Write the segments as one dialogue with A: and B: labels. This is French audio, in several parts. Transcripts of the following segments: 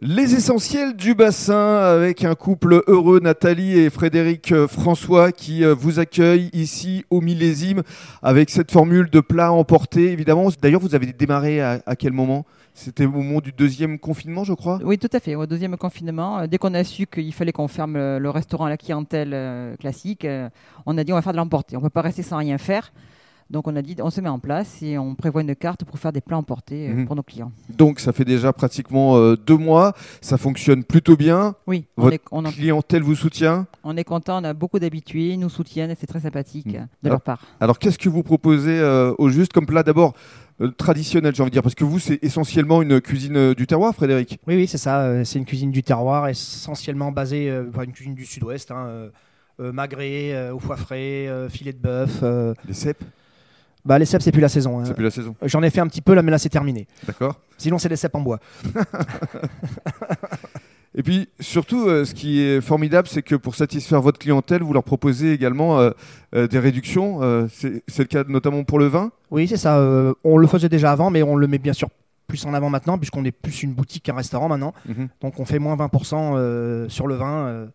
A: Les essentiels du bassin avec un couple heureux, Nathalie et Frédéric euh, François, qui euh, vous accueillent ici au millésime avec cette formule de plat emporté, évidemment. D'ailleurs, vous avez démarré à, à quel moment C'était au moment du deuxième confinement, je crois
B: Oui, tout à fait. Au deuxième confinement, euh, dès qu'on a su qu'il fallait qu'on ferme euh, le, le restaurant à la clientèle euh, classique, euh, on a dit on va faire de l'emporter. On ne peut pas rester sans rien faire. Donc on a dit on se met en place et on prévoit une carte pour faire des plats emportés euh,
A: Mhm.
B: pour nos clients.
A: Donc, ça fait déjà pratiquement euh, deux mois. Ça fonctionne plutôt bien.
B: Oui, on
A: Votre
B: est, on, en-
A: Clientèle vous soutient.
B: on est content, on a beaucoup d'habitués, ils nous soutiennent et c'est très sympathique
A: Mhm.
B: euh,
A: Ah.
B: de leur part.
A: Alors, qu'est-ce que vous proposez euh, au juste comme plat d'abord euh, traditionnel, j'ai envie de dire, parce que vous, c'est essentiellement une cuisine euh, du terroir, Frédéric.
C: Oui, oui, c'est ça. euh, C'est une cuisine du terroir, essentiellement basée, euh, enfin, une cuisine du sud-ouest, hein, euh, euh, magret, euh, au foie frais, euh, filet de bœuf. euh.
A: Les cèpes,
C: Bah, les cèpes, c'est plus la saison. hein.
A: c'est plus la saison,
C: J'en ai fait un petit peu là, mais là, c'est terminé.
A: d'accord
C: Sinon, c'est les cèpes en bois.
A: Et puis surtout, euh, ce qui est formidable, c'est que pour satisfaire votre clientèle, vous leur proposez également euh, euh, des réductions. Euh, c'est c'est le cas notamment pour le vin.
C: Oui, c'est ça. euh, on le faisait déjà avant, mais on le met bien sûr plus en avant maintenant, puisqu'on est plus une boutique qu'un restaurant maintenant. Donc, on fait moins 20% euh, sur le vin. euh,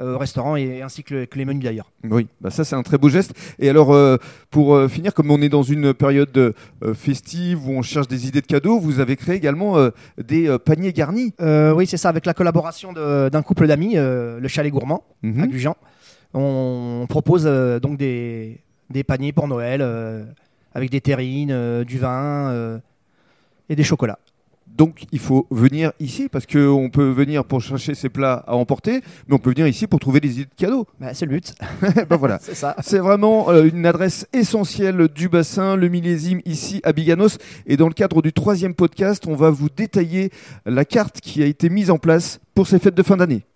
C: euh, au restaurant et ainsi que, le- que les menus d'ailleurs.
A: Oui, bah ça c'est un très beau geste. Et alors, euh, pour euh, finir, comme on est dans une période euh, festive où on cherche des idées de cadeaux, vous avez créé également euh, des euh, paniers garnis.
C: Euh, oui, c'est ça, avec la collaboration de- d'un couple d'amis, euh, le Chalet Gourmand, à
A: Mhm.
C: Gujan. On propose euh, donc des, des paniers pour Noël euh, avec des terrines, euh, du vin euh, et des chocolats.
A: Donc il faut venir ici parce qu'on peut venir pour chercher ses plats à emporter, mais on peut venir ici pour trouver des idées de cadeaux.
C: Bah, c'est le but.
A: Eh ben voilà.
C: C'est ça.
A: C'est vraiment euh, une adresse essentielle du bassin, le millésime ici à Biganos. Et dans le cadre du troisième podcast, on va vous détailler la carte qui a été mise en place pour ces fêtes de fin d'année.